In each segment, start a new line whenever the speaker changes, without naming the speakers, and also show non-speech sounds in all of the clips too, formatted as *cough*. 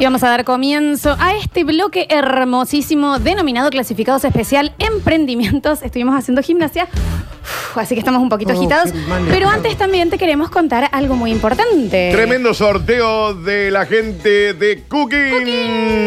Y vamos a dar comienzo a este bloque hermosísimo denominado Clasificados Especial Emprendimientos. Estuvimos haciendo gimnasia, uf, así que estamos un poquito
Oh,
agitados.
qué mal.
Pero antes también te queremos contar algo muy importante.
Tremendo sorteo de la gente de Cooking.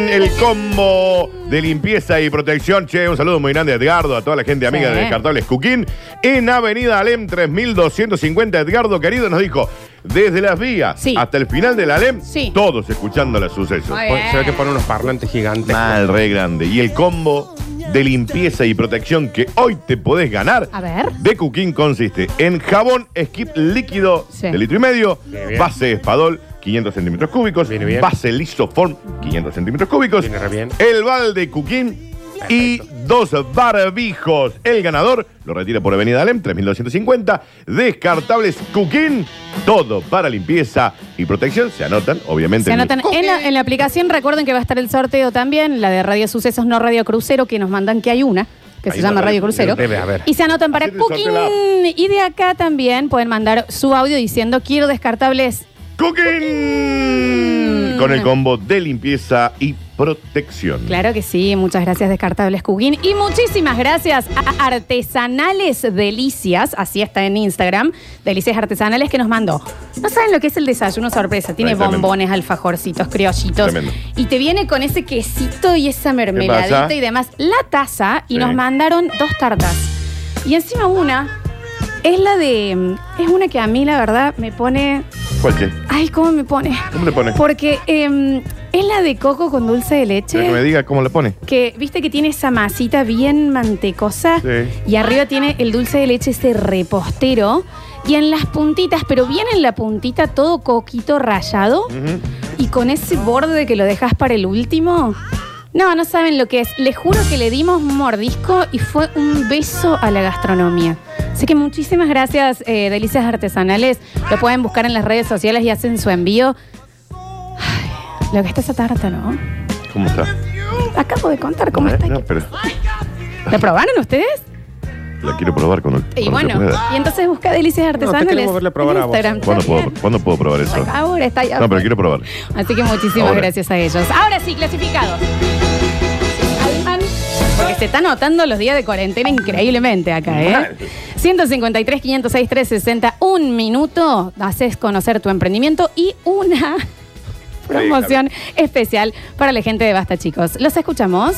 El combo de limpieza y protección. Che, un saludo muy grande a Edgardo, a toda la gente amiga
Sí.
de Descartables Cooking. En Avenida Alem 3250, Edgardo querido nos dijo, desde las vías
Sí.
hasta el final del Alem,
Sí.
todos escuchando la suceso.
Muy bien.
Pon- Se ve que pone unos parlantes gigantes.
Mal, re grande. Y el combo de limpieza y protección que hoy te podés ganar
A ver.
de Cooking consiste en jabón skip líquido
Sí.
de litro y medio,
Bien, bien.
base espadol 500 centímetros cúbicos,
Bien, bien.
base lisoform 500 centímetros cúbicos,
Viene re bien.
el balde Cooking y dos barbijos. El ganador lo retira por Avenida Alem 3250, descartables Cooking, todo para limpieza y protección. Se anotan, obviamente.
Se
en el
anotan en la, en la aplicación. Recuerden que va a estar el sorteo también, la de Radio Sucesos, no Radio Crucero, que nos mandan que hay una, que
Hay
se llama
una,
Radio Crucero.
debe haber.
Y se anotan para
Hacete el sorteo la app.
Cooking. Y de acá también pueden mandar su audio diciendo quiero descartables.
Cooking Mm. con el combo de limpieza y protección.
Claro que sí, muchas gracias Descartables Cooking. Y muchísimas gracias a Artesanales Delicias, así está en Instagram, Delicias Artesanales que nos mandó. No saben lo que es el desayuno sorpresa, tiene
Ay, tremendo.
bombones, alfajorcitos, criollitos.
Tremendo.
Y te viene con ese quesito y esa mermeladita
pasa?
y demás. La taza, y
Sí.
nos mandaron dos tartas. Y encima una es la de... Es una que a mí la verdad me pone...
¿Cuál che?
Ay, ¿cómo me pone?
¿Cómo le pone?
Porque em, es la de coco con dulce de leche
Quiero que me diga cómo le pone.
que viste que tiene esa masita bien mantecosa
Sí.
y arriba tiene el dulce de leche ese repostero y en las puntitas, pero bien en la puntita todo coquito rayado
Ujú.
y con ese borde que lo dejas para el último. No, no saben lo que es. Les juro que le dimos un mordisco y fue un beso a la gastronomía. Así que muchísimas gracias, eh, Delicias Artesanales. Lo pueden buscar en las redes sociales y hacen su envío. Ay, lo que está esa tarta, ¿no?
¿Cómo está? ¿Eh?
Acabo de contar cómo está.
No, pero
¿La probaron ustedes?
la quiero probar con
Y
cuando se
bueno,
pueda.
y entonces busca delicias artesanales
queremos verla probar
en
a vos.
Instagram.
¿Cuándo puedo,
también.
¿Cuándo puedo probar eso?
Ahora está ya.
No, pero quiero probar.
Así que muchísimas
Ahora.
gracias a ellos. Ahora sí, clasificados. Ahí van, Porque se están notando los días de cuarentena increíblemente acá, ¿eh?
Mal.
153, 506, 360, un minuto, haces conocer tu emprendimiento y una *laughs* promoción especial para la gente de Basta, chicos. Los escuchamos.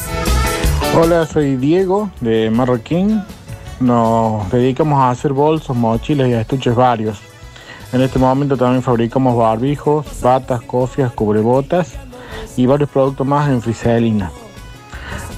Hola, soy Diego de Marroquín. Nos dedicamos a hacer bolsos, mochilas y estuches varios. En este momento también fabricamos barbijos, batas, cofias, cubrebotas y varios productos más en friselina.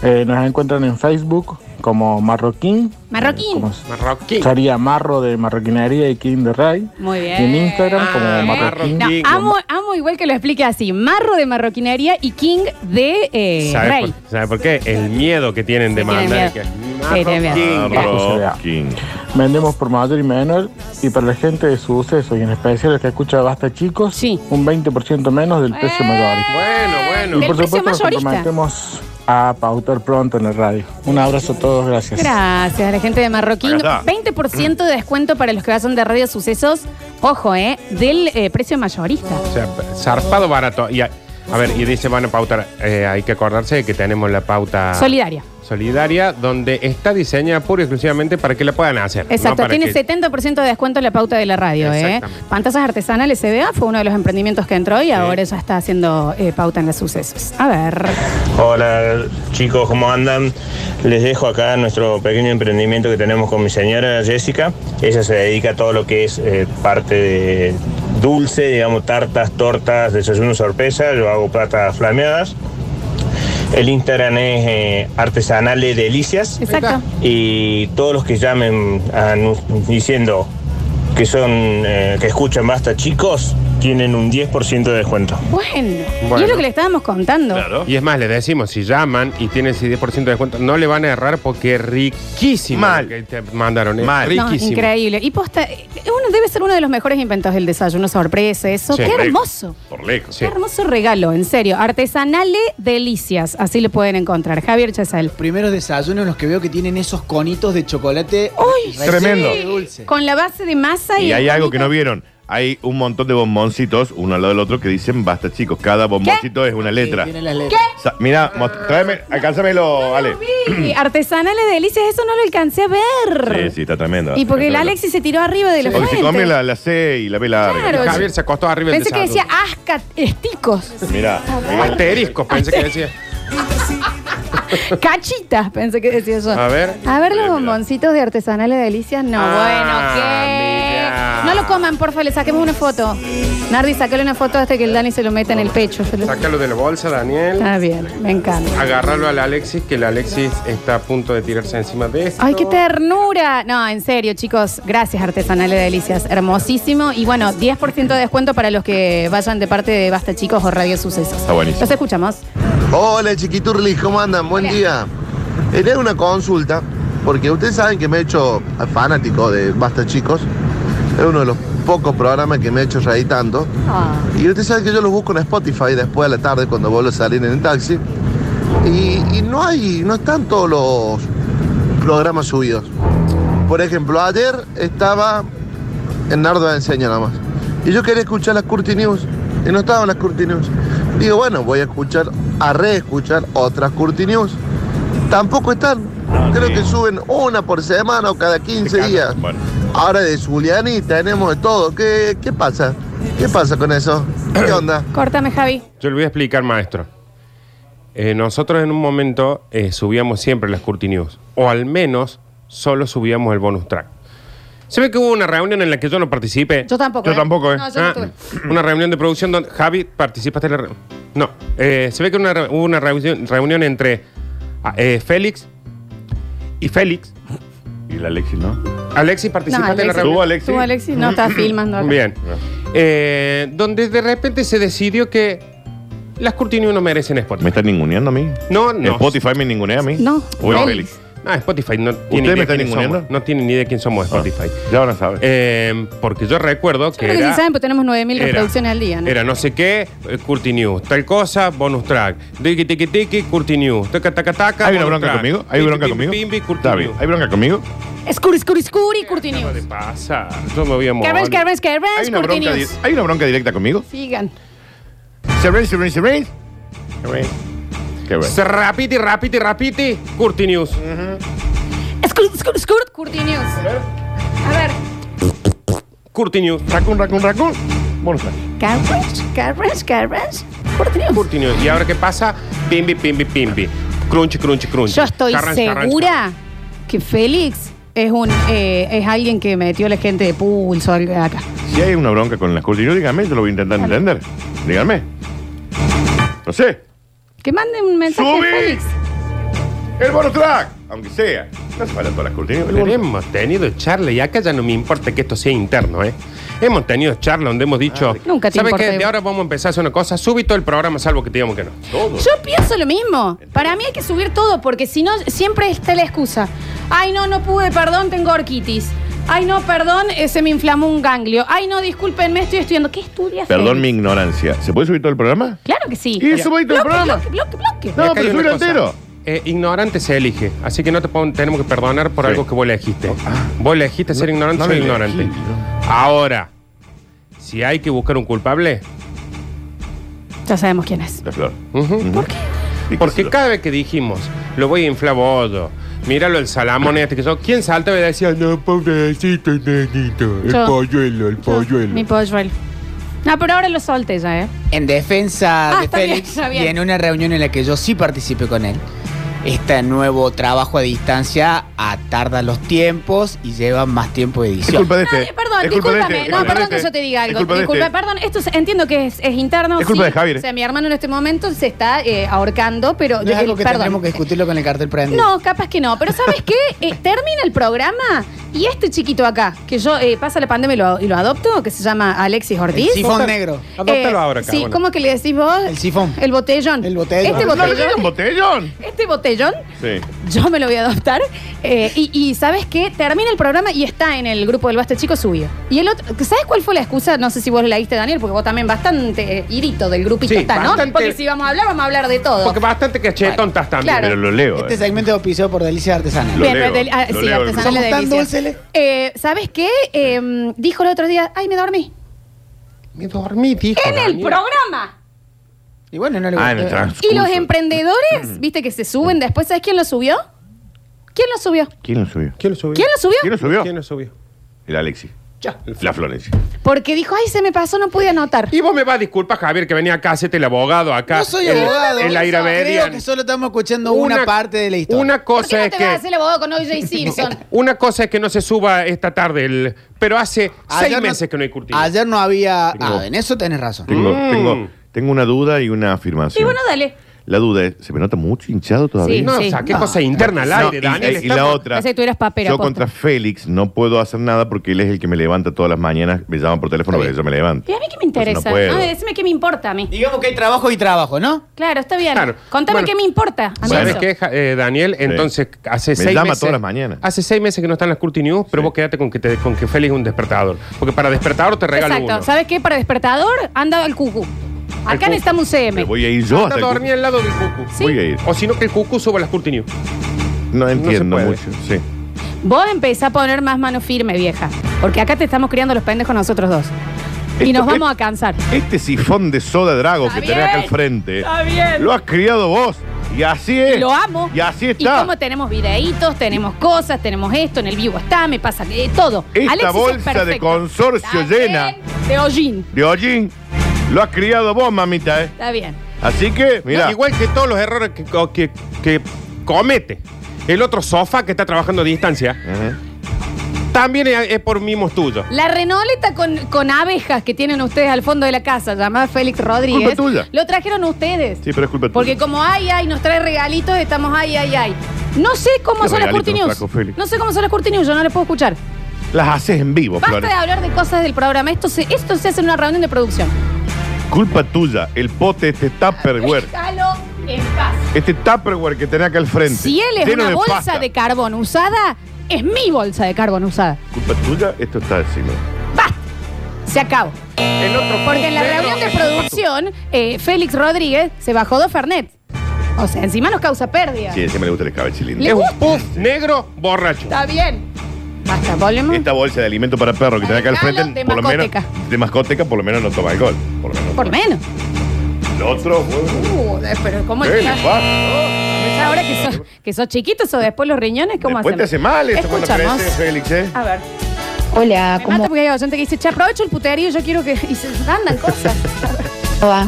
Eh, nos encuentran en Facebook como Marroquín.
Marroquín.
eh, como
Marroquín.
Sería Marro de Marroquinería y King de Rey.
Muy bien.
Y en Instagram como
Ah,
Marroquín.
No,
King.
amo, amo igual que lo explique así. Marro de marroquinería y King de eh,
¿Sabes
Rey.
por, sabe por qué? El miedo que tienen de
Sí, tienen
mandar.
miedo.
que-
Sí, tienen miedo.
Marroquín.
se vea.
Rocking.
Vendemos por mayor y menor y para la gente de suceso y en especial el que escucha Basta Chicos,
Sí. Eh,
un 20% menos del precio mayorista.
Bueno, bueno.
Del
Y por
precio
supuesto nos
mayorista.
comprometemos a pautar pronto en la radio. Un abrazo a todos, gracias.
Gracias a la gente de Marroquín.
Acá está.
20% de descuento para los que vayan de Radio Sucesos. Ojo, ¿eh? Del eh, precio mayorista.
O sea, zarpado barato. Y a, a ver, y dice, van a pautar. eh, hay que acordarse de que tenemos la pauta
Solidaria.
solidaria, donde está diseñada pura y exclusivamente para que la puedan hacer.
Exacto,
no para
tiene
que-
70% de descuento en la pauta de la radio. ¿eh?
Exactamente.
Pantallas artesanales CBA fue uno de los emprendimientos que entró y ahora ya está haciendo eh, pauta en los sucesos. A ver.
Hola chicos, ¿cómo andan? Les dejo acá nuestro pequeño emprendimiento que tenemos con mi señora Jessica. Ella se dedica a todo lo que es eh, parte de dulce, digamos tartas, tortas, desayuno sorpresa. Yo hago platas flameadas. El Instagram es eh, Artesanales Delicias.
Exacto.
Y todos los que llamen a nu- diciendo que son eh, que escuchan basta chicos, tienen un 10% de descuento.
Bueno, y es
Bueno.
lo que le estábamos contando.
Claro.
Y es más, le decimos, si llaman y tienen ese 10% de descuento, no le van a errar porque es riquísimo
Mal.
lo que te mandaron. es
Mal.
No,
Riquísimo.
increíble. Y posta, eh, uno debe ser uno de los mejores inventos del desayuno sorpresa, eso.
Sí.
Qué
Por lejos.
hermoso.
Por lejos.
Sí.
Qué hermoso regalo, en serio. Artesanale Delicias, así lo pueden encontrar. Javier Chazal.
primeros desayunos los que veo que tienen esos conitos de chocolate
¡Uy!
recién
Tremendo.
dulce.
Con la base de masa y.
Y hay algo que no vieron. hay un montón de bomboncitos, uno al lado del otro, que dicen basta, chicos. Cada bomboncito es una letra.
Sí, tiene las letras.
Sa- Mira, mos- tráeme, alcánzamelo, Ale.
Sí,
*clears throat*
Artesanales de delicias, eso no lo alcancé a ver.
Sí, sí, está tremendo.
Y porque el Alexis se tiró arriba de los
Porque se
puentes.
come la, la C y la B larga.
Claro,
Mira,
Javier se acostó arriba del
Pensé que decía asca esticos,
Mira,
Asteriscos, pensé que decía.
cachitas, pensé que decía yo.
A ver.
A ver los
Mira.
bomboncitos de artesanales de delicias, no,
Ah,
bueno,
mira.
¿qué? No lo coman, porfa, le saquemos una foto. Nardi, sacale una foto hasta que el Dani se lo meta en el pecho. Se lo-
Sácalo de la bolsa, Daniel.
Está bien, me encanta.
Agárralo al Alexis, que el Alexis está a punto de tirarse encima de esto.
Ay, qué ternura. No, en serio, chicos, gracias Artesanales de Delicias, hermosísimo. Y bueno, 10% de descuento para los que vayan de parte de Basta Chicos o Radio Sucesos.
Está buenísimo.
Los escuchamos.
Hola chiquiturlis, ¿cómo andan? Buen
Hola.
día. Era una consulta, porque ustedes saben que me he hecho fanático de Basta Chicos. Es uno de los pocos programas que me he hecho reír tanto.
Ah.
Y ustedes saben que yo los busco en Spotify después de la tarde cuando vuelvo a salir en el taxi. Y, y no hay, no están todos los programas subidos. Por ejemplo, ayer estaba en Nardo de Enseña nada más. Y yo quería escuchar las Curti News. Y no estaban las Curti News. Digo, bueno, voy a escuchar, a reescuchar otras Curti News. Tampoco están. Creo
sí.
que suben una por semana o cada 15
cagas.
días.
Bueno.
Ahora de Zuliani tenemos de todo. ¿Qué, ¿Qué pasa? ¿Qué pasa con eso? ¿Qué onda?
Córtame, Javi.
Yo le voy a explicar, maestro. Eh, nosotros en un momento eh, subíamos siempre las Curti News, o al menos solo subíamos el bonus track. Se ve que hubo una reunión en la que yo no participé.
"Ah, Yo tampoco.
Yo tampoco, ¿eh?
No, yo no
Ah,
tuve.
una reunión de producción donde. Javi, ¿participaste en la reunión? No. Eh, se ve que una re- hubo una reunión, reunión entre ah, eh, Félix y Félix.
Y la Alexis, ¿no?
Alexis, ¿participaste en la
Alexis.
reunión?
¿Tú, Alexis?
Tú, Alexis, no estás filmando acá.
Bien. Eh, donde de repente se decidió que las Curti News no merecen
¿Me
Spotify.
están ninguneando a mí?
No, no.
¿Spotify me ningunea a mí?
No.
Uy,
No.
Félix.
No, Spotify no tiene
me
idea
están
quiénes
ninguneando? Ah,
somos. No tiene ni idea quién somos Spotify.
Ya van a saber.
Eh, porque yo recuerdo que
Creo que
era...
sí saben, pero tenemos 9.000
era-
reproducciones al día, ¿no?
Era no sé qué, eh, Curti News, tal cosa, bonus track. Tiki tiki tiki, Curti News. Taca taca taca.
¿Hay una
bonus
bronca
track.
conmigo? ¿Hay
Pimbi,
bronca
pimbi,
conmigo?
Pimbi, Curti
Está bien.
News.
¿Hay bronca conmigo?
Escuri, escuri, escuri, Curti News.
¿Qué pasa? Yo me voy a
Carvens,
morir.
Carvens, Carvens,
¿Hay una,
Curti
bronca di-
News.
¿Hay una bronca directa conmigo?
Sigan.
Serén, serén, serén. Qué bueno.
Se Rapiti, rapiti, rapiti, Curti News.
Escuri, escuri, escuri, Curti News. A ver.
Curti News.
Racun, racun, racun. Bonus track.
Carvens, Carvens, Carvens, Curti News.
Curti News. ¿Y ahora qué pasa? Pimbi, pimbi, pimbi. Crunch, crunch, crunch.
Yo estoy
Carranch, carranch,
segura que Félix es un eh, es alguien que metió la gente de pulso al- acá.
Si hay una bronca con las curtis, yo dígame, yo lo voy a intentar entender. Díganme. No sé.
Que mande un mensaje
¡Subí!
a Félix.
El bonus track, aunque sea. No se para todas las curtis. el bonus-
Hemos tenido charla y acá ya no me importa que esto sea interno, ¿eh? Hemos tenido charla donde hemos dicho,
Ah, Nunca te
¿sabes
importa
qué?
igual.
De ahora vamos a empezar a hacer una cosa, subí todo el programa salvo que te digamos que no.
Yo pienso lo mismo. Para mí hay que subir todo porque si no siempre está la excusa. Ay no, no pude, perdón, tengo orquitis. Ay no, perdón, eh, se me inflamó un ganglio. Ay no, discúlpenme, estoy estudiando. ¿Qué estudias?
Perdón
Félix?
mi ignorancia. ¿Se puede subir todo el programa?
Claro que sí.
Y eso voy todo el
Bloque,
programa.
bloque, bloque, bloque.
No,
Y acá
pero
hay una
subilo
cosa.
entero.
Eh, ignorante se elige, así que no te pon- tenemos que perdonar por
Sí. Ah.
algo que vos elegiste. Vos elegiste ser ignorante,
no
soy
lo
ignorante.
elegí,
Ahora, si hay que buscar un culpable,
Ya sabemos quién es.
La flor.
ujú,
¿Por qué?
porque cada vez que dijimos, lo voy a inflar bollo, míralo el salamón este que yo, ¿quién salta y decía, no, pobrecito, nenito, el
Yo.
polluelo, el polluelo?
Mi polluelo. No, pero ahora lo solté ya, ¿eh?
En
Ah,
defensa de
está bien,
Félix
está bien.
y en una reunión en la que yo sí participé con él. Este nuevo trabajo a distancia atarda los tiempos y lleva más tiempo de
Es
edición.
culpa de este.
Eh, perdón,
Es culpa de
discúlpame.
este.
no,
Es culpa
perdón
de
que
este.
yo te diga algo.
Es culpa de
Disculpa,
este.
perdón. Esto es- entiendo que es, es interno.
Es culpa
sí.
de Javier.
O sea, mi hermano en este momento se está eh, ahorcando, pero.
No
eh,
es algo que
perdón.
tendremos que discutirlo con el cartel prendido.
No, capaz que no. Pero ¿sabes qué? *laughs* Eh, termina el programa y este chiquito acá, que yo eh, pasa la pandemia y lo, y lo adopto, que se llama Alexis
El
Ortiz.
sifón
Total.
negro.
Adóptalo ahora,
Eh, Sí,
cabrón.
¿cómo que le decís vos?
El sifón.
El botellón.
El botellón.
Este
¿No le
botellón.
digan botellón?
Este botellón,
Sí.
yo me lo voy a adoptar. Eh, y, y sabes qué, termina el programa y está en el grupo del Basta Chico subido. Y el otro, ¿sabes cuál fue la excusa? No sé si vos la diste, Daniel, porque vos también bastante eh, irito del grupito
Sí,
está, ¿no?
bastante.
Porque si vamos a hablar, vamos a hablar de todo.
Porque bastante que chetón estás también.
claro.
Pero lo leo.
Este
eh.
segmento es auspiciado por Delicias Artesanas.
Lo
Bien,
leo,
del- ah,
lo
sí,
leo.
artesanales
Somos
de
tan
delicias.
dulces, Le.
Em, Eh, ¿Sabes qué? Eh, dijo el otro día, ay, me dormí.
Me dormí, dijo.
En el
Daniel.
programa.
Y bueno, no le
Ah, en el
gustó.
transcurso.
¿Y los
Mm.
emprendedores? ¿Viste que se suben después? ¿Sabes quién lo subió? ¿Quién lo subió?
¿Quién lo subió?
¿Quién lo subió?
¿Quién lo subió?
¿Quién lo subió?
¿Quién lo subió?
El Alexi.
Ya.
La Florencia.
Porque dijo, ay, se me pasó, no pude anotar.
Y vos me vas a disculpar, Javier, que venía acá, hacete el abogado acá.
No soy
el,
abogado.
El aire
Creo que solo estamos escuchando una, parte de la historia.
Una
¿Por qué
cosa
no
es
te vas a
que.
hacer el abogado
*laughs*
con OJ Simpson?
Una cosa es que no se suba esta tarde, el, pero hace seis
no-
meses que no hay curtido.
Ayer no había.
Tengo-
Ah, en eso tenés razón.
Tengo,
Mm.
tengo, tengo una duda y una afirmación.
Y bueno, dale.
La duda es, ¿se me nota mucho hinchado todavía?
Sí.
no,
Sí.
o sea, qué cosa interna al
No,
aire, Daniel.
y, y la
estamos-
otra.
Parece que tú eras papera,
yo
posta.
contra Félix no puedo hacer nada porque él es el que me levanta todas las mañanas. Me llaman por teléfono,
Está
pero
bien.
yo me levanto.
¿Y a mí qué me interesa?
Entonces no
Ah,
puedo.
decime qué me importa a mí.
Digamos que hay trabajo y trabajo, ¿no?
Claro, está bien.
Claro.
Contame
Bueno.
qué me importa. A mí
¿Sabes
eso.
qué, Ja- eh, Daniel? Entonces, hace
Me
seis
llama
meses.
todas las mañanas.
Hace seis meses que no están las Curti News, pero vos quédate con que, te, con que Félix es un despertador. Porque para despertador te regalo
Exacto.
uno.
¿Sabes qué? Para despertador, anda el cucu. Acá
cucu.
necesitamos un
Pero
CM.
voy a ir yo hasta
Anda
el
a dormir
cu-
al lado del cucu.
Sí.
Voy a ir.
O si no, que el cucu suba las Curti News.
No entiendo
puede.
mucho. Sí.
Vos empezá a poner más mano firme, vieja. Porque acá te estamos criando los pendejos nosotros dos. Y
Esto-
nos vamos
eh,
a cansar.
Este sifón de soda drago
Está
que tenés acá
bien,
al frente.
está bien.
Lo has criado vos. Y así es.
Lo amo.
Y así
Y
está.
como tenemos videitos, tenemos cosas, tenemos esto, en el vivo está, me pasa eh, todo.
Esta
Alexis es
bolsa de
perfecto.
consorcio
Está bien,
llena.
De hollín.
De hollín. Lo has criado vos, mamita, ¿eh?
Está bien.
Así que, mira.
No, igual que todos los errores que, co- que- que comete el otro sofá que está trabajando a distancia, también es, es por mimos tuyos.
La renoleta con, con abejas que tienen ustedes al fondo de la casa, llamada Félix
Culpa
Rodríguez.
tuya.
Lo trajeron ustedes.
Sí, pero es culpa tuya.
Porque como ay, ay, nos trae regalitos, estamos ay, ay, ay. No sé cómo
¿Qué
son las
regalito
Curti
nos
News.
trajo Félix?
No sé cómo son las Curti News, yo no les puedo escuchar.
Las haces en vivo,
Basta
Flores.
de hablar de cosas del programa. Esto se, esto se hace en una reunión de producción.
Culpa tuya. El pote, este Tupperware.
Déjalo en paz.
Este Tupperware que tenés acá al frente.
Si él es
lleno
una
de
bolsa
pasta.
de carbón usada, es mi bolsa de carbón usada.
Culpa tuya, esto está encima.
Se acabó.
El otro
Porque en la
puntero
reunión de
es culpa
producción, eh, Félix Rodríguez se bajó dos Fernet. O sea, encima nos causa pérdida.
Sí, encima le gusta el cabecilín.
Le-
Es un puff negro borracho.
Está bien. Basta, volvemos.
Esta bolsa de alimento para perro que tenés acá al
Regalo
frente,
de
por lo menos,
mascoteca.
de mascoteca, por lo menos no toma alcohol. Por lo menos.
Por menos.
El otro, bueno,
Uh, pero ¿cómo
¿qué le
estás?
pasa?
¿Es ahora que sos, que sos chiquitos o después los riñones? ¿Cómo
Después te hace
hacemos?
mal esto cuando
Escuchamos.
creces, Félix, ¿eh?
A ver.
Hola,
Me mata
¿cómo
porque hay gente que dice, che, aprovecho el puterío, yo quiero que... Y se andan cosas.
va?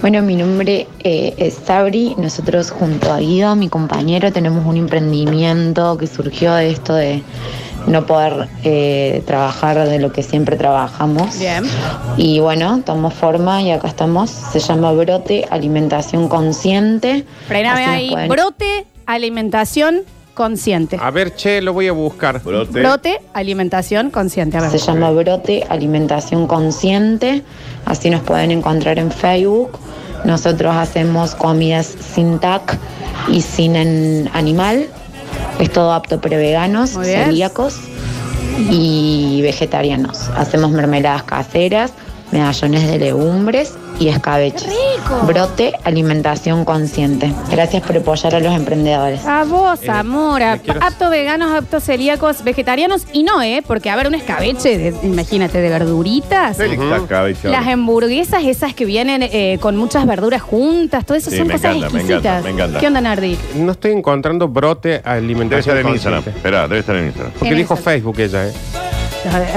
Bueno, mi nombre eh, es Sabri. Nosotros junto a Guido, mi compañero, tenemos un emprendimiento que surgió de esto de no poder eh, trabajar de lo que siempre trabajamos.
Bien.
Y bueno, tomó forma y acá estamos. Se llama Brote Alimentación Consciente.
Frename
Así nos
ahí.
pueden-
Brote, alimentación
Ah,
consciente.
A ver, che, lo voy a buscar.
Brote.
Brote, alimentación consciente. A ver.
Se llama Brote Alimentación Consciente. Así nos pueden encontrar en Facebook. Nosotros hacemos comidas sin TAC y sin en- animal. Es todo apto para veganos,
Muy bien.
celíacos y vegetarianos. Hacemos mermeladas caseras, medallones de legumbres y escabeches. Brote Alimentación Consciente. Gracias por apoyar a los emprendedores.
A vos,
Eh,
Zamora.
me quiero-
Aptos veganos, aptos celíacos, vegetarianos y no, ¿eh? Porque, a ver, un escabeche, de- imagínate, de verduritas.
Félix está cabeza.
Las hamburguesas esas que vienen eh, con muchas verduras juntas, todo eso
Sí,
son
me
cosas
encanta, me
exquisitas.
encanta, me encanta.
¿Qué onda, Nardi?
No estoy encontrando brote
Debe estar
alimentación.
en Instagram.
consciente.
Espera, debe estar en Instagram.
Porque
En
dijo
Instagram.
Facebook ella, ¿eh?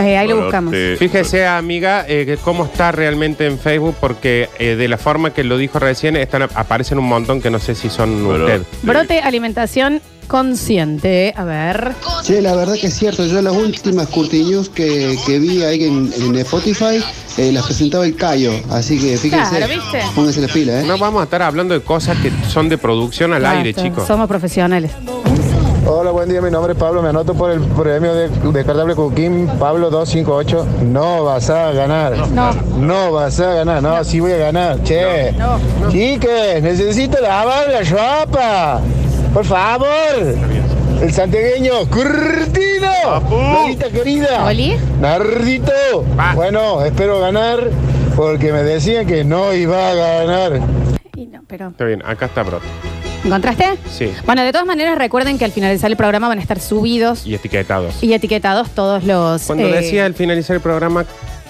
Eh, ahí lo buscamos.
Brote.
Fíjese, amiga, eh, que cómo está realmente en Facebook, porque eh, de la forma que lo dijo recién, están, aparecen un montón que no sé si son
Pero-
usted.
Brote, alimentación consciente. A ver.
Sí, la verdad que es cierto. Yo las últimas Curti News que, que vi ahí en, en Spotify eh, las presentaba el Cayo. Así que fíjense.
Claro, ¿viste?
Pónganse las pilas, ¿eh?
No vamos a estar hablando de cosas que son de producción al aire,
Basta,
chicos.
Somos profesionales. em-
Hola, buen día. Mi nombre es Pablo. Me anoto por el premio de, de Cartable Coquín. Pablo 258. No vas a ganar.
No.
No vas a ganar. No, sí voy a ganar. Che.
No,
Chiques, necesito lavar la ropa. Por favor. El santiagueño. Curtino. Nardita querida.
¿Oli?
Nardito.
Va.
Bueno, espero ganar porque me decían que no iba a ganar.
Y no, pero.
Está bien, acá está brote.
¿Encontraste?
Sí.
Bueno, de todas maneras, recuerden que al finalizar el programa van a estar subidos
Y etiquetados.
y etiquetados todos los.
Cuando
eh,
decía al finalizar el programa,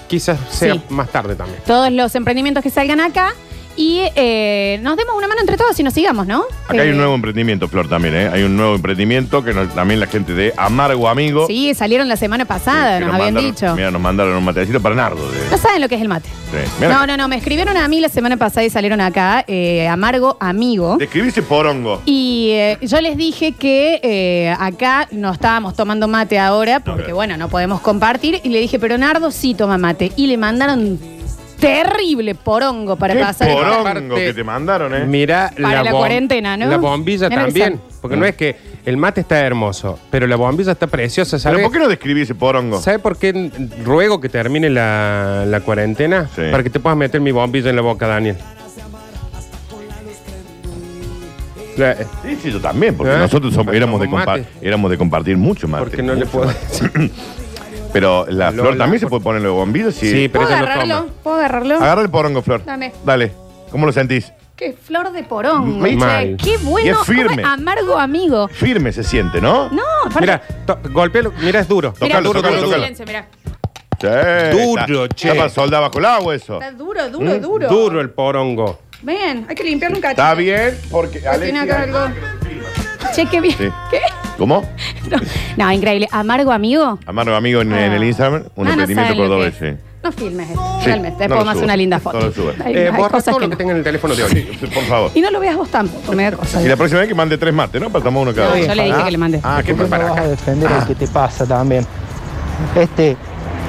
Quizás sea
Sí.
más tarde también.
Todos los emprendimientos que salgan acá y eh, nos demos una mano entre todos y nos sigamos, ¿no?
Acá hay
Eh,
un nuevo emprendimiento, Flor, también, ¿eh? Hay un nuevo emprendimiento que nos- también la gente de Amargo Amigo.
Sí, salieron la semana pasada,
que
nos habían
mandaron-
dicho.
Mira, nos mandaron un matecito para Nardo. de-
No saben lo que es el mate.
Sí, mira.
No, no, no, me escribieron a mí la semana pasada y salieron acá, eh, Amargo Amigo.
Describiste porongo.
Y eh, yo les dije que eh, acá no estábamos tomando mate ahora
Ok.
porque, bueno, no podemos compartir. Y le dije, pero Nardo sí toma mate. Y le mandaron terrible porongo para
Qué
pasar. el-
porongo
Aparte-
que te mandaron, ¿eh?
Mira
Para la cuarentena, ¿no?
La bombilla
Mira que
también.
sal-
Porque no es que el mate está hermoso, pero la bombilla está preciosa.
¿Pero
¿Sabes
por qué no describí ese porongo?
¿Sabe por qué n- ruego que termine la, la cuarentena?
Sí.
Para que te puedas meter mi bombilla en la boca, Daniel. La- eh,
Sí, sí, yo también, porque
¿Eh?
nosotros somos-
Pero
éramos, de
tomamos
compa-
mate.
éramos de compartir mucho mate.
porque no le
mucho
puedo
mate.
decir.
*laughs* Pero la
Lola,
Flor también se
por-
puede poner los bombillos. Sí.
Sí, pero
¿Puedo
ella no
agarrarlo?
toma.
¿Puedo agarrarlo?
Agarra el porongo, Flor.
Dame.
Dale. ¿Cómo lo sentís?
Qué flor de porongo.
Mal.
che. Qué bueno.
Y es firme.
¿cómo es? Amargo Amigo.
Firme se siente, ¿no?
No, aparte-
Mira, to- golpéalo. Mira, es duro.
Mirá,
Tocalo,
duro,
tocalo,
duro,
tocalo.
silencio, mirá.
Sí,
Duro,
está,
che.
Está para soldar bajo el agua eso.
Está duro, duro, duro.
Duro el porongo.
Ven, hay que limpiarlo un cachito.
Mm, Está bien, porque
Tiene
Alexis-
acá algo. Che, qué bien.
Sí.
¿Qué?
¿Cómo?
No, no, increíble. Amargo Amigo.
Amargo amigo en, en el Instagram, un
Ah. No, no
emprendimiento
saben lo
cordobés,
que es.
sí.
No filmes eso,
Sí,
realmente.
no
Después
lo
más
subo,
una linda
no
foto.
lo subo.
Hay-
Eh,
hay
borra
cosas
todo
que
lo que
no.
tenga en el teléfono de hoy.
Sí, Por favor.
Y no lo veas vos tampoco, me da cosa.
Y la próxima vez que mande tres mates, ¿no? Pasamos uno cada
No,
uno.
yo le dije
Ah,
que le mande.
Ah, qué
¿Por qué no vas a
preparaja.
defender al que te pasa también? Este,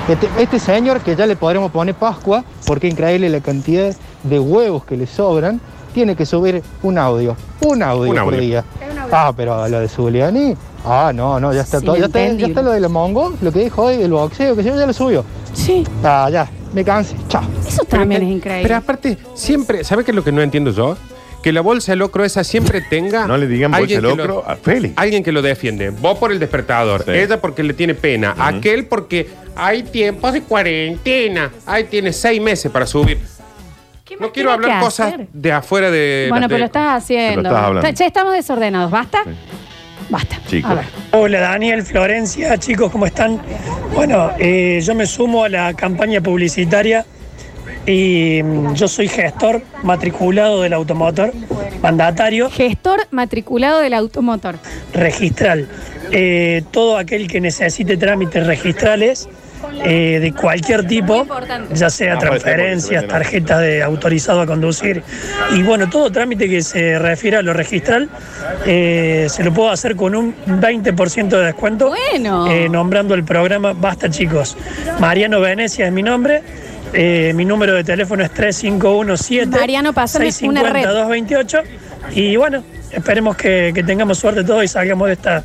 este, este señor que ya le podremos poner Pascua, porque increíble la cantidad de huevos que le sobran, tiene que subir un audio, un audio,
Un
por
audio.
día.
Es un audio.
Ah, pero lo de Zuliani, ah, no, no, ya está
Sí,
todo, ya está, ya
entendible.
está lo del Mongo, lo que dijo hoy, el boxeo, que yo ya lo subió.
Sí,
Ah, ya, me cansé, chao.
eso también
Pero-
es increíble.
Pero aparte, siempre, ¿sabes qué es lo que no entiendo yo? Que la bolsa de locro esa siempre tenga.
No le digan bolsa
alguien
de
que lo-
locro a Félix.
Alguien que lo defiende. Vos por el despertador,
Sí.
ella porque le tiene pena, aquel porque hay tiempos de cuarentena. Ahí tiene seis meses para subir.
¿Qué más
No quiero
tiene
hablar
que
cosas
hacer?
de afuera de.
Bueno,
las
pero lo
de-
estás haciendo.
Pero estás hablando.
Está- Che, estamos desordenados. ¿Basta?
Sí.
Basta.
Chicos.
A ver.
Hola Daniel, Florencia, chicos, ¿cómo están? Bueno, eh, yo me sumo a la campaña publicitaria y mm, yo soy gestor matriculado del automotor, mandatario,
Gestor matriculado del automotor.
registral. Eh, todo aquel que necesite trámites registrales eh, de cualquier tipo, ya sea
Ah, puede ser,
transferencias,
porque se vende, ¿no?
tarjetas de autorizado a conducir y bueno, todo trámite que se refiera a lo registral, eh, se lo puedo hacer con un 20% de descuento.
Bueno.
Eh, nombrando el programa Basta Chicos. Mariano Venecia es mi nombre. Eh, mi número de teléfono es 3517
Mariano, pasame una red.
228 Y bueno, esperemos que, que tengamos suerte todos y salgamos de esta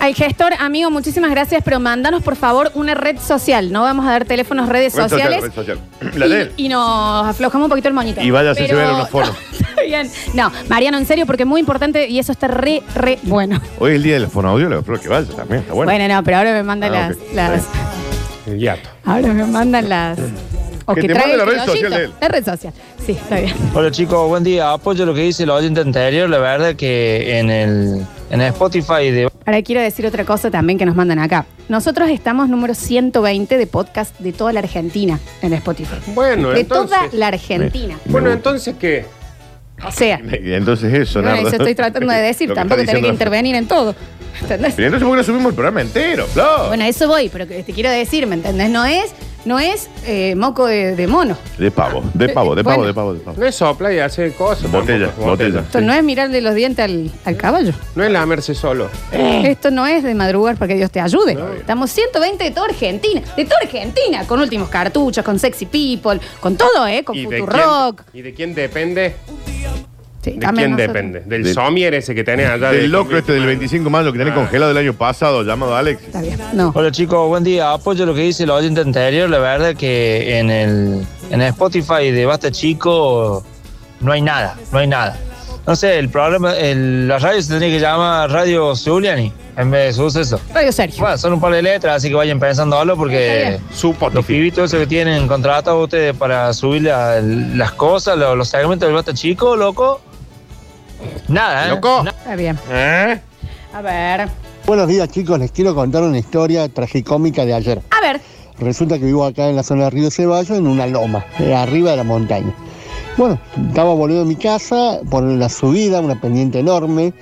Al gestor, amigo, muchísimas gracias, pero mandanos por favor una red social. No vamos a dar teléfonos, redes
Red social,
sociales.
red social. La de él.
y, y nos aflojamos un poquito el monito.
Y váyase a
Pero-
llevar unos fonos.
*laughs* Está bien. No, Mariano, en serio, porque es muy importante y eso está re, re bueno.
Hoy es el día del fonoaudiólogo, espero que vaya también, está bueno.
Bueno, no, pero ahora me mandan
Ah,
las,
ok.
las-
Está bien.
El hiato.
Ahora me mandan las. O
Que te mande
el
la red
criollito.
social de él.
La red social. Sí, está bien.
Hola chicos, buen día. Apoyo lo que dice el oyente anterior. La verdad que en el, en el Spotify de
Ahora quiero decir otra cosa también que nos mandan acá. Nosotros estamos número 120 de podcast de toda la Argentina en Spotify.
Bueno,
de
entonces.
toda la Argentina.
Bueno, entonces qué.
O sea,
Y entonces eso,
bueno,
nada.
eso estoy tratando de decir, tampoco tenés que intervenir en todo. ¿Entendés?
Pero entonces, ¿por qué no subimos el programa entero, Flor?
Bueno, a eso voy, pero que te quiero decir, ¿me entendés? No es, no es eh, moco de, de mono.
De pavo, de pavo, de pavo,
Bueno.
de pavo, de pavo.
No es sopla y hace cosas.
Botella,
tampoco.
botella.
Esto no es mirarle los dientes al, al caballo. Eh.
No es lamerse solo.
Eh.
Esto no es de madrugar para que Dios te ayude. Estamos 120 de toda Argentina, de toda Argentina, con últimos cartuchos, con Sexy People, con todo, ¿eh? Con
de quién,
Futurock.
¿Y de quién depende?
Sí,
¿De
también
quién
nosotros.
depende? Del
De-
somier ese que tenés allá.
Del
de- Ah.
locro este del 25 de mayo que tenés congelado del año pasado, llamado Alex.
Está bien, no.
Hola chicos, buen día. Apoyo lo que dice el oyente anterior. La verdad que en el, en el Spotify de Basta Chico no hay nada, no hay nada. No sé, el programa, el- la radio se tiene que llamar Radio Giuliani en vez de suceso.
Radio Sergio.
Bueno, son un par de letras, así que vayan pensándolo
Está
porque
bien.
Su
los
Spotify.
pibitos esos que tienen contratados ustedes para subir la- las cosas, lo- los, segmentos del Basta Chico, loco. Nada, ¿eh?
¿Loco?
Ah, Está bien.
¿Eh?
A ver.
Buenos días chicos, les quiero contar una historia tragicómica de ayer.
A ver.
Resulta que vivo acá en la zona de Río Ceballos, en una loma, eh, arriba de la montaña. Bueno, estaba volviendo a mi casa por la subida, una pendiente enorme,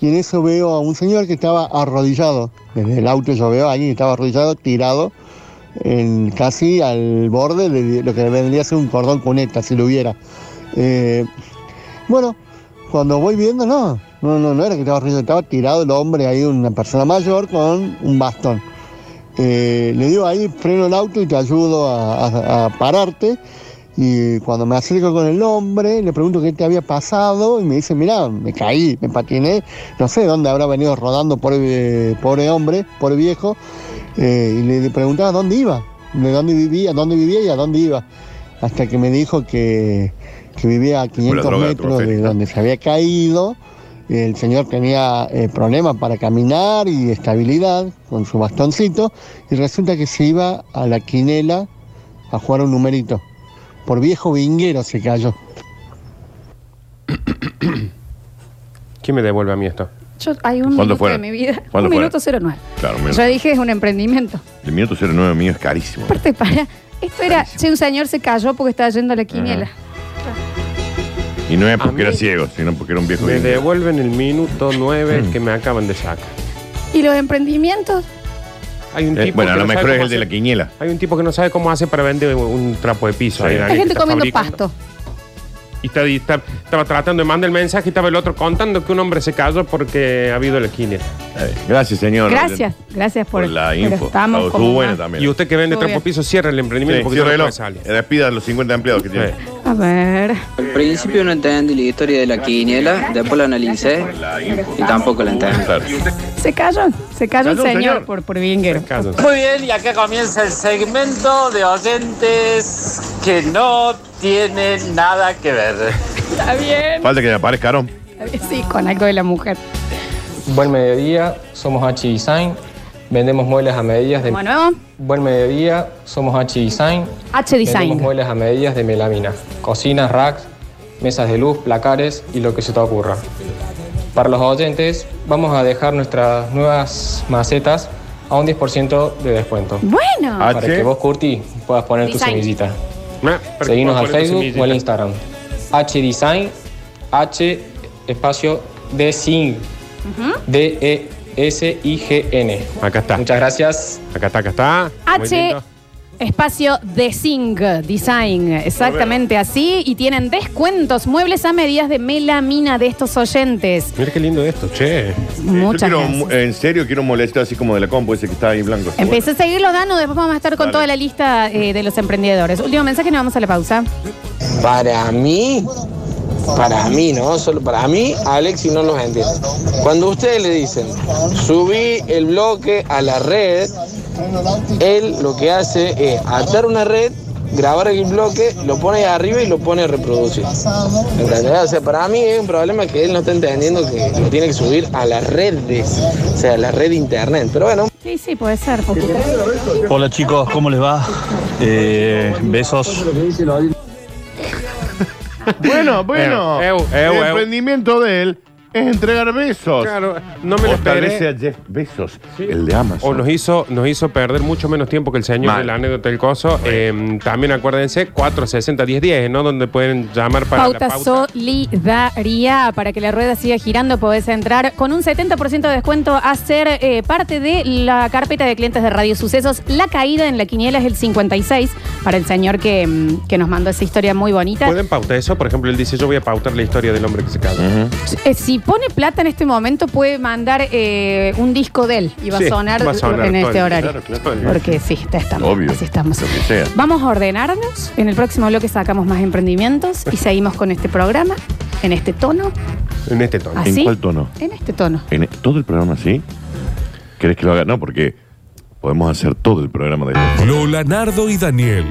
y en eso veo a un señor que estaba arrodillado. Desde el auto yo veo a alguien que estaba arrodillado, tirado, en- casi al borde de lo que vendría a ser un cordón cuneta, si lo hubiera. Eh, bueno, cuando voy viendo, no, no, no, no era que estaba arrodillado, estaba tirado el hombre ahí, una persona mayor con un bastón. Eh, le digo ahí, freno el auto y te ayudo a, a- a pararte. Y cuando me acerco con el hombre, le pregunto qué te había pasado y me dice, mirá, me caí, me patiné, no sé dónde habrá venido rodando pobre, pobre hombre, pobre viejo. Eh, y le, le preguntaba dónde iba, de dónde vivía, dónde vivía y a dónde iba. Hasta que me dijo que, que vivía a 500
droga,
metros de donde se había caído. El señor tenía eh, problemas para caminar y estabilidad con su bastoncito y resulta que se iba a la quinela a jugar un numerito. Por viejo vinguero se cayó.
¿Quién me devuelve a mí esto?
Yo, hay un
¿Cuándo
minuto
fuera?
de mi vida.
¿Cuándo
Un
fuera?
minuto 09.
Claro, un minuto.
Yo dije, es un emprendimiento.
El minuto 09 mío es carísimo.
Aparte, para. Esto era, che, un señor se cayó porque estaba yendo a la quiniela.
Y no es porque era ciego, sino porque era un viejo
Me
bien.
devuelven el minuto 9
Mm.
que me acaban de sacar.
¿Y los emprendimientos?
Hay un
Eh,
tipo
bueno,
que
a lo
no sabe
mejor es
cómo
el de la
hacer-
quiniela.
Hay un tipo que no sabe cómo hace para vender un- un trapo de piso. ahí,
Hay
alguien
gente
que está
comiendo
fabricando.
pasto.
Y, está- y está- estaba tratando de mandar el mensaje y estaba el otro contando que un hombre se cayó porque ha habido la quiniela.
Eh, Gracias, señor.
Gracias, gracias por,
Por la
pero
info.
Estamos
Estuvo
como
buena
más-
también.
Y usted que vende
Estuvo
trapo
bien.
piso, cierra el emprendimiento
Sí,
porque
cierra
no puede
el ojo.
salir. Eh,
Despida a los 50 empleados que tiene.
A ver.
Al principio no entendí la historia de la quiniela, después la analicé y tampoco la entendí.
Se cayó, se cayó el
Cayó un
señor,
señor.
por, por vinguero.
Muy bien, y acá comienza el segmento de oyentes que no tienen nada que ver.
Está bien,
Falta que aparezca Aarón.
está bien, sí, con algo de la mujer.
Buen mediodía, somos H Design, vendemos muebles a medidas de.
¿Cómo nuevo?
Buen mediodía, somos H Design.
H
Vendemos
Design.
muebles a medidas de melamina, cocinas, racks, mesas de luz, placares y lo que se te ocurra. Para los oyentes, vamos a dejar nuestras nuevas macetas a un 10% de descuento.
Bueno.
Para
H.
que vos, Curti, puedas poner tu
Design.
semillita. Seguimos
puedas poner
al
tu
Facebook
semillita.
o al Instagram. H Design, H espacio Design. E, D-E-S-I-G-N.
Acá está.
Muchas gracias.
Acá está, acá está.
H espacio de Zing Design, exactamente así, y tienen descuentos, muebles a medidas de melamina de estos oyentes.
Mira qué lindo esto, che.
Muchas
Yo quiero,
gracias.
mu- En serio, quiero molestar así como de la compu ese que está ahí blanco.
Empecé a seguirlo, Dano, después vamos a estar con toda la lista eh, de los emprendedores. Último mensaje, nos vamos a la pausa.
Para mí, para mí, ¿no? Solo para mí, Alexi no los entiende. Cuando ustedes le dicen, subí el bloque a la red, él lo que hace es atar una red, grabar el bloque, lo pone ahí arriba y lo pone a reproducir. ¿Entendés? O sea, para mí es un problema que él no está entendiendo que lo tiene que subir a las redes, o sea, a la red de internet. Pero bueno.
Sí, sí, puede ser. poquito.
Hola chicos, ¿cómo les va? Eh, besos.
*laughs*
Bueno, bueno.
Eu, eu,
el
eu.
emprendimiento de él es entregar besos.
Claro, no me lo
o tal vez
esperé.
sea Jeff Bezos, el de Amazon.
O nos hizo, nos hizo perder mucho menos tiempo que el señor de la anécdota del coso. Eh, también acuérdense, 460 1010, ¿no? Donde pueden llamar para
Pauta,
la pauta.
solidaria para que la rueda siga girando. Podés entrar con un 70% de descuento a ser eh, parte de la carpeta de clientes de Radio Sucesos. La caída en la quiniela es el 56 para el señor que, mm, que nos mandó esa historia muy bonita.
¿Pueden pautar eso? Por ejemplo, él dice, yo voy a pautar la historia del hombre que se casa.
Eh, si pone plata en este momento, puede mandar eh, un disco de él y va,
Sí,
a, sonar
va a sonar
en
todo
este
el-
horario.
claro, claro.
Porque sí, está, estamos.
Obvio.
Así estamos.
Lo que sea.
Vamos a ordenarnos. En el próximo bloque sacamos más emprendimientos y seguimos con este programa, en este tono,
En este tono.
¿Así?
¿En cuál tono?
en este tono.
¿En e- todo el programa así? ¿Querés que lo haga? No, porque podemos hacer todo el programa de
Lola Nardo y Daniel.